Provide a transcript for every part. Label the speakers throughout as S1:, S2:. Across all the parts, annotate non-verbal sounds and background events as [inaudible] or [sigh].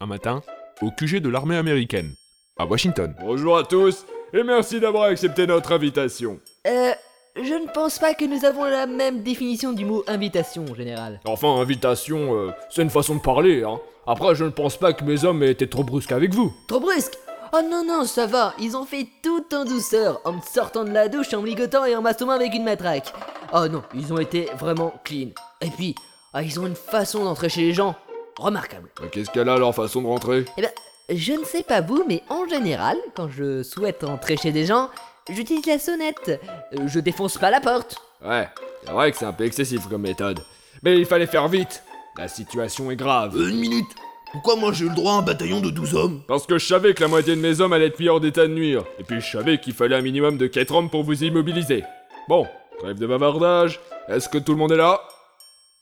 S1: un matin, au QG de l'armée américaine, à Washington.
S2: Bonjour à tous et merci d'avoir accepté notre invitation.
S3: Euh, je ne pense pas que nous avons la même définition du mot invitation, général.
S2: Enfin, invitation, euh, c'est une façon de parler, hein. Après, je ne pense pas que mes hommes aient été trop brusques avec vous.
S3: Trop brusque Oh non, non, ça va, ils ont fait tout en douceur, en me sortant de la douche, en me ligotant et en m'assommant avec une matraque. Oh non, ils ont été vraiment clean. Et puis, ah, ils ont une façon d'entrer chez les gens remarquable.
S2: Mais Euh, Qu'est-ce qu'elle a leur façon de rentrer
S3: Eh ben, je ne sais pas vous, mais en général, quand je souhaite entrer chez des gens, j'utilise la sonnette. Euh, Je défonce pas la porte.
S2: Ouais, c'est vrai que c'est un peu excessif comme méthode. Mais il fallait faire vite. La situation est grave.
S4: Une minute Pourquoi moi j'ai eu le droit à un bataillon de 12 hommes
S2: Parce que je savais que la moitié de mes hommes allaient être mis hors d'état de nuire. Et puis je savais qu'il fallait un minimum de 4 hommes pour vous immobiliser. Bon, trêve de bavardage. Est-ce que tout le monde est là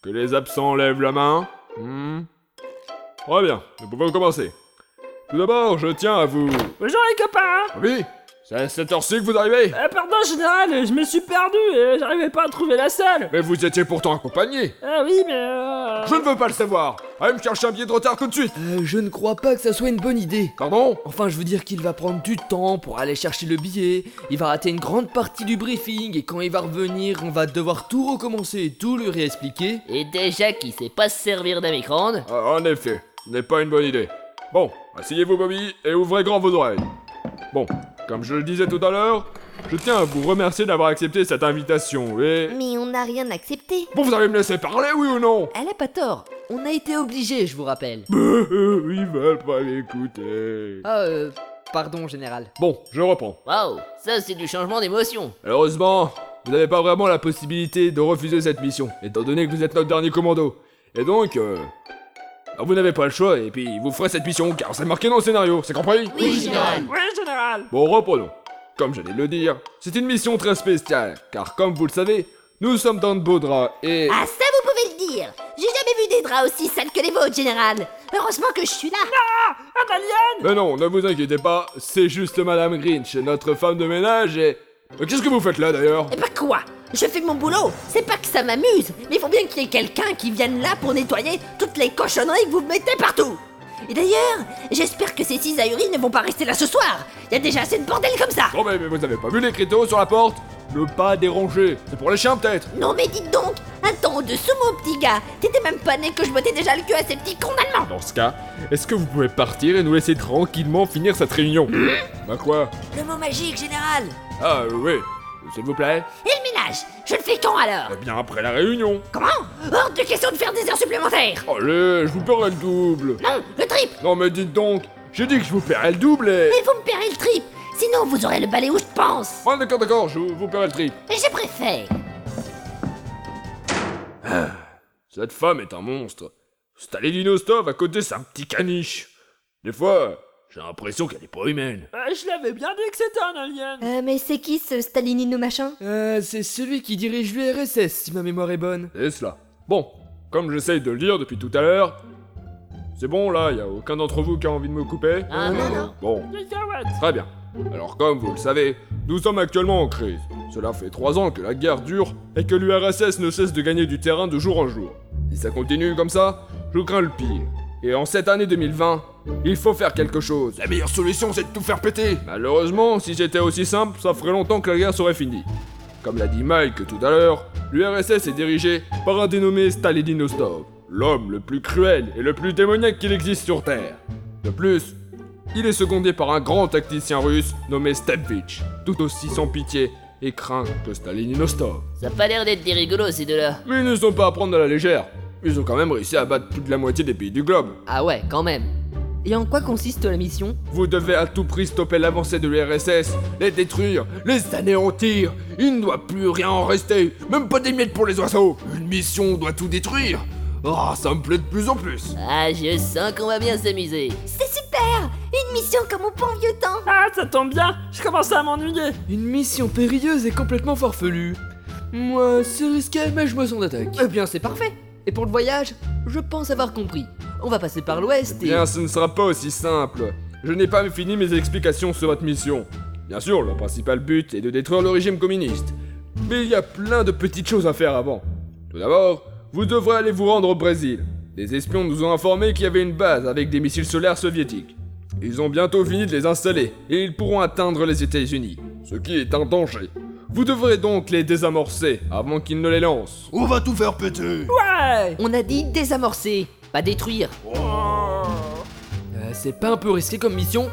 S2: Que les absents lèvent la main Hmm. Très bien, nous pouvons commencer. Tout d'abord, je tiens à vous...
S5: Bonjour les copains
S2: Oui C'est à cette heure-ci que vous arrivez
S5: euh, Pardon général, je me suis perdu et j'arrivais pas à trouver la salle
S2: Mais vous étiez pourtant accompagné
S5: Ah oui mais... euh,
S2: Je ne veux pas le savoir Allez me chercher un billet de retard tout de suite
S6: Euh, je ne crois pas que ça soit une bonne idée.
S2: Pardon
S6: Enfin, je veux dire qu'il va prendre du temps pour aller chercher le billet, il va rater une grande partie du briefing, et quand il va revenir, on va devoir tout recommencer et tout lui réexpliquer.
S3: Et déjà qu'il sait pas se servir d'un micro-ondes.
S2: Ah, En effet, ce n'est pas une bonne idée. Bon, asseyez-vous Bobby et ouvrez grand vos oreilles. Bon, comme je le disais tout à l'heure, je tiens à vous remercier d'avoir accepté cette invitation et...
S7: Mais on n'a rien accepté.
S2: Bon, vous allez me laisser parler, oui ou non [laughs]
S3: Elle a pas tort. On a été obligés, je vous rappelle.
S2: Ils veulent pas m'écouter.
S6: Ah, euh, pardon, général.
S2: Bon, je reprends.
S3: Waouh, ça c'est du changement d'émotion.
S2: Malheureusement, vous n'avez pas vraiment la possibilité de refuser cette mission, étant donné que vous êtes notre dernier commando. Et donc, euh... alors Vous n'avez pas le choix, et puis vous ferez cette mission, car c'est marqué dans le scénario, c'est compris
S5: Oui général
S2: Bon, reprenons. Comme j'allais le dire, c'est une mission très spéciale, car comme vous le savez, nous sommes dans de beaux draps et...
S7: Ah, ça vous pouvez le dire J'ai jamais vu des draps aussi sales que les vôtres, général Heureusement que je suis là
S5: Un Ah, alien
S2: Mais non, ne vous inquiétez pas, c'est juste Madame Grinch, notre femme de ménage et... Mais Qu'est-ce que vous faites là d'ailleurs
S7: Et bah quoi Je fais mon boulot C'est pas que ça m'amuse, mais il faut bien qu'il y ait quelqu'un qui vienne là pour nettoyer toutes les cochonneries que vous mettez partout Et d'ailleurs, j'espère que ces six ahuris ne vont pas rester là ce soir Il y a déjà assez de bordel comme ça
S2: Oh mais, mais vous avez pas vu les critères sur la porte Ne pas déranger, c'est pour les chiens peut-être
S7: Non mais dites donc Attends, dessous mon petit gars T'étais même pas né que je bottais déjà le cul à ces petits cons allemands
S2: Dans ce cas, est-ce que vous pouvez partir et nous laisser tranquillement finir cette réunion Bah quoi
S7: Le mot magique, général
S2: Ah euh, oui, s'il vous plaît
S7: Et le ménage Je le fais quand alors
S2: Eh bien après la réunion
S7: Comment Hors de question de faire des heures supplémentaires
S2: Allez, je vous paierai le double
S7: Non, le triple
S2: Non mais dites donc, j'ai dit que je vous paierai le double et...
S7: Mais vous me paierez le trip Sinon vous aurez le balai où je pense
S2: Ah d'accord, d'accord, je vous paierai le trip.
S7: Et je préfère
S2: Cette femme est un monstre. Stalinostov à côté, c'est un petit caniche. Des fois, j'ai l'impression qu'elle est pas humaine.
S5: Euh, Je l'avais bien dit que c'était un alien
S7: Euh, mais c'est qui ce Stalinino machin
S6: Euh, c'est celui qui dirige l'URSS, si ma mémoire est bonne.
S2: C'est cela. Bon, comme j'essaye de le lire depuis tout à l'heure... C'est bon, là, y a aucun d'entre vous qui a envie de me couper
S3: Ah non, non.
S2: Bon,
S5: Cacahuète
S2: Très bien. Alors comme vous le savez, nous sommes actuellement en crise. Cela fait trois ans que la guerre dure et que l'URSS ne cesse de gagner du terrain de jour en jour. Si ça continue comme ça, je crains le pire. Et en cette année 2020, il faut faire quelque chose. La meilleure solution, c'est de tout faire péter. Malheureusement, si c'était aussi simple, ça ferait longtemps que la guerre serait finie. Comme l'a dit Mike tout à l'heure, l'URSS est dirigée par un dénommé Stalininostov, l'homme le plus cruel et le plus démoniaque qu'il existe sur Terre. De plus, il est secondé par un grand tacticien russe nommé Stepvich, tout aussi sans pitié et craint que Stalininostov.
S3: Ça a pas l'air d'être des rigolos ces deux-là.
S2: Mais ils ne sont pas à prendre à la légère. Ils ont quand même réussi à battre toute la moitié des pays du globe.
S3: Ah ouais, quand même. Et en quoi consiste la mission
S2: Vous devez à tout prix stopper l'avancée de l'URSS, les détruire, les anéantir. Il ne doit plus rien en rester, même pas des miettes pour les oiseaux. Une mission doit tout détruire. Ah, ça me plaît de plus en plus.
S3: Ah, je sens qu'on va bien s'amuser.
S7: C'est super Une mission comme au bon vieux temps
S5: Ah ça tombe bien, je commençais à m'ennuyer
S6: Une mission périlleuse et complètement forfelue. Moi, c'est risqué, mais je me sens d'attaque.
S3: Eh bien, c'est parfait. Et pour le voyage, je pense avoir compris. On va passer par l'ouest et...
S2: Bien, ce ne sera pas aussi simple. Je n'ai pas fini mes explications sur votre mission. Bien sûr, le principal but est de détruire le régime communiste. Mais il y a plein de petites choses à faire avant. Tout d'abord, vous devrez aller vous rendre au Brésil. Des espions nous ont informé qu'il y avait une base avec des missiles solaires soviétiques. Ils ont bientôt fini de les installer et ils pourront atteindre les États-Unis, ce qui est un danger. Vous devrez donc les désamorcer avant qu'ils ne les lancent.
S4: On va tout faire péter
S5: Ouais
S3: On a dit désamorcer, pas détruire.
S6: Euh, c'est pas un peu risqué comme mission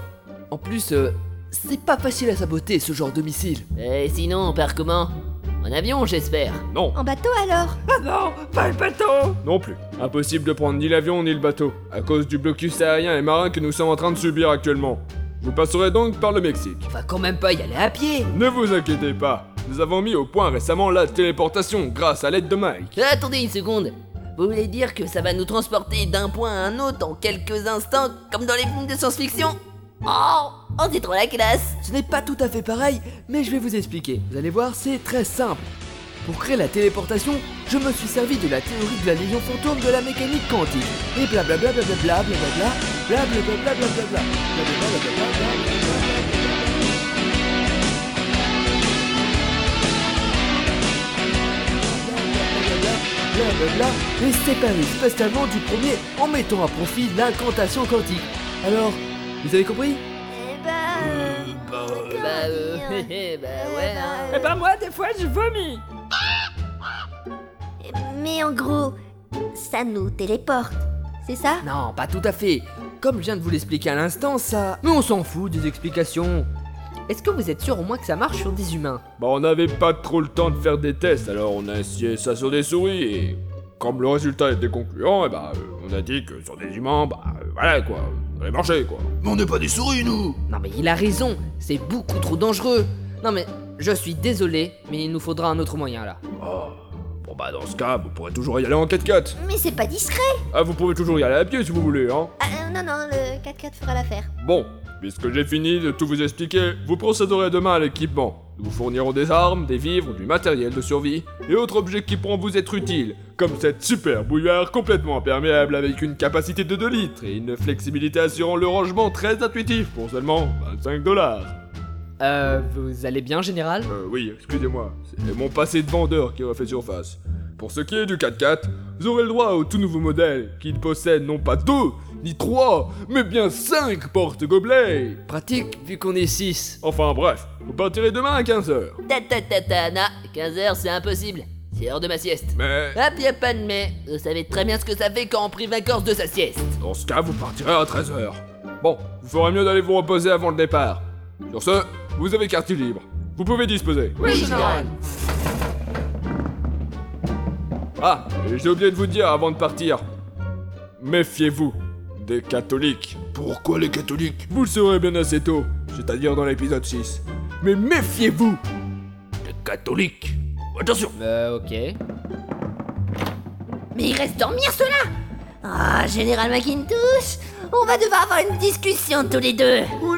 S6: En plus, euh, c'est pas facile à saboter ce genre de missile.
S3: Et Eh, sinon, on part comment En avion, j'espère.
S2: Non,
S7: En bateau alors
S5: Ah non Pas le bateau
S2: non plus. Impossible de prendre ni l'avion ni le bateau, à cause du blocus aérien et marin que nous sommes en train de subir actuellement. Vous passerez donc par le Mexique.
S3: On va quand même pas y aller à pied.
S2: Ne vous inquiétez pas, nous avons mis au point récemment la téléportation grâce à l'aide de Mike.
S3: Euh, Attendez une seconde. Vous voulez dire que ça va nous transporter d'un point à un autre en quelques instants, comme dans les films de science-fiction
S7: Oh On est trop la classe
S6: Ce n'est pas tout à fait pareil, mais je vais vous expliquer. Vous allez voir, c'est très simple. Pour créer la téléportation, je me suis servi de la théorie de la légion fantôme de la mécanique quantique. Et blablabla blablabla blablabla blablabla blablabla blablabla blablabla blablabla blablabla, et séparer spécialement du premier en mettant à profit l'incantation quantique. Alors, vous avez compris
S7: Eh bah... euh,
S3: Bah euh, [laughs] hé, hé, bah ouais. hein.
S5: Eh ben moi, des fois, je vomis
S7: Mais en gros, ça nous téléporte, c'est ça
S6: Non, pas tout à fait. Comme je viens de vous l'expliquer à l'instant, ça. Mais on s'en fout des explications.
S3: Est-ce que vous êtes sûr au moins que ça marche sur des humains
S2: Bah on n'avait pas trop le temps de faire des tests, alors on a essayé ça sur des souris et... Comme le résultat était concluant, et bah euh, on a dit que sur des humains, bah euh, voilà quoi, ça allait marcher quoi.
S4: Mais on n'est pas des souris, nous
S3: Non mais il a raison, c'est beaucoup trop dangereux. Non mais je suis désolé, mais il nous faudra un autre moyen là.
S2: Bon bah dans ce cas, vous pourrez toujours y aller en 4x4.
S7: Mais c'est pas discret
S2: Ah vous pouvez toujours y aller à pied si vous voulez, hein.
S7: Ah, euh, Non, non, le 4x4 fera l'affaire.
S2: Bon, puisque j'ai fini de tout vous expliquer, vous procéderez demain à l'équipement. Nous vous fournirons des armes, des vivres, du matériel de survie et autres objets qui pourront vous être utiles, comme cette super bouilloire complètement imperméable avec une capacité de 2 litres et une flexibilité assurant le rangement très intuitif pour seulement 25 dollars.
S3: Euh, vous allez bien général
S2: Euh, oui, excusez-moi, c'est mon passé de vendeur qui refait surface. Pour ce qui est du 4x4, vous aurez le droit au tout nouveau modèle qui possède non pas 2, ni 3, mais bien 5 porte-gobelets
S6: Pratique vu qu'on est 6.
S2: Enfin bref, vous partirez demain à 15h.
S3: Ta ta ta ta na, 15h c'est impossible. C'est l'heure de ma sieste.
S2: Mais
S3: Hop, y a pas de mais. Vous savez très bien ce que ça fait quand on prive un corse de sa sieste.
S2: dans ce cas, vous partirez à 13h. Bon, vous ferez mieux d'aller vous reposer avant le départ. Sur ce, vous avez quartier libre. Vous pouvez disposer.
S3: Oui, général.
S2: Ah, et j'ai oublié de vous dire avant de partir. Méfiez-vous des catholiques.
S4: Pourquoi les catholiques
S2: Vous le saurez bien assez tôt, c'est-à-dire dans l'épisode 6. Mais méfiez-vous
S4: Les catholiques Attention
S3: Euh, ok.
S7: Mais il reste dormir cela Ah, Général McIntosh On va devoir avoir une discussion tous les deux
S2: Oui,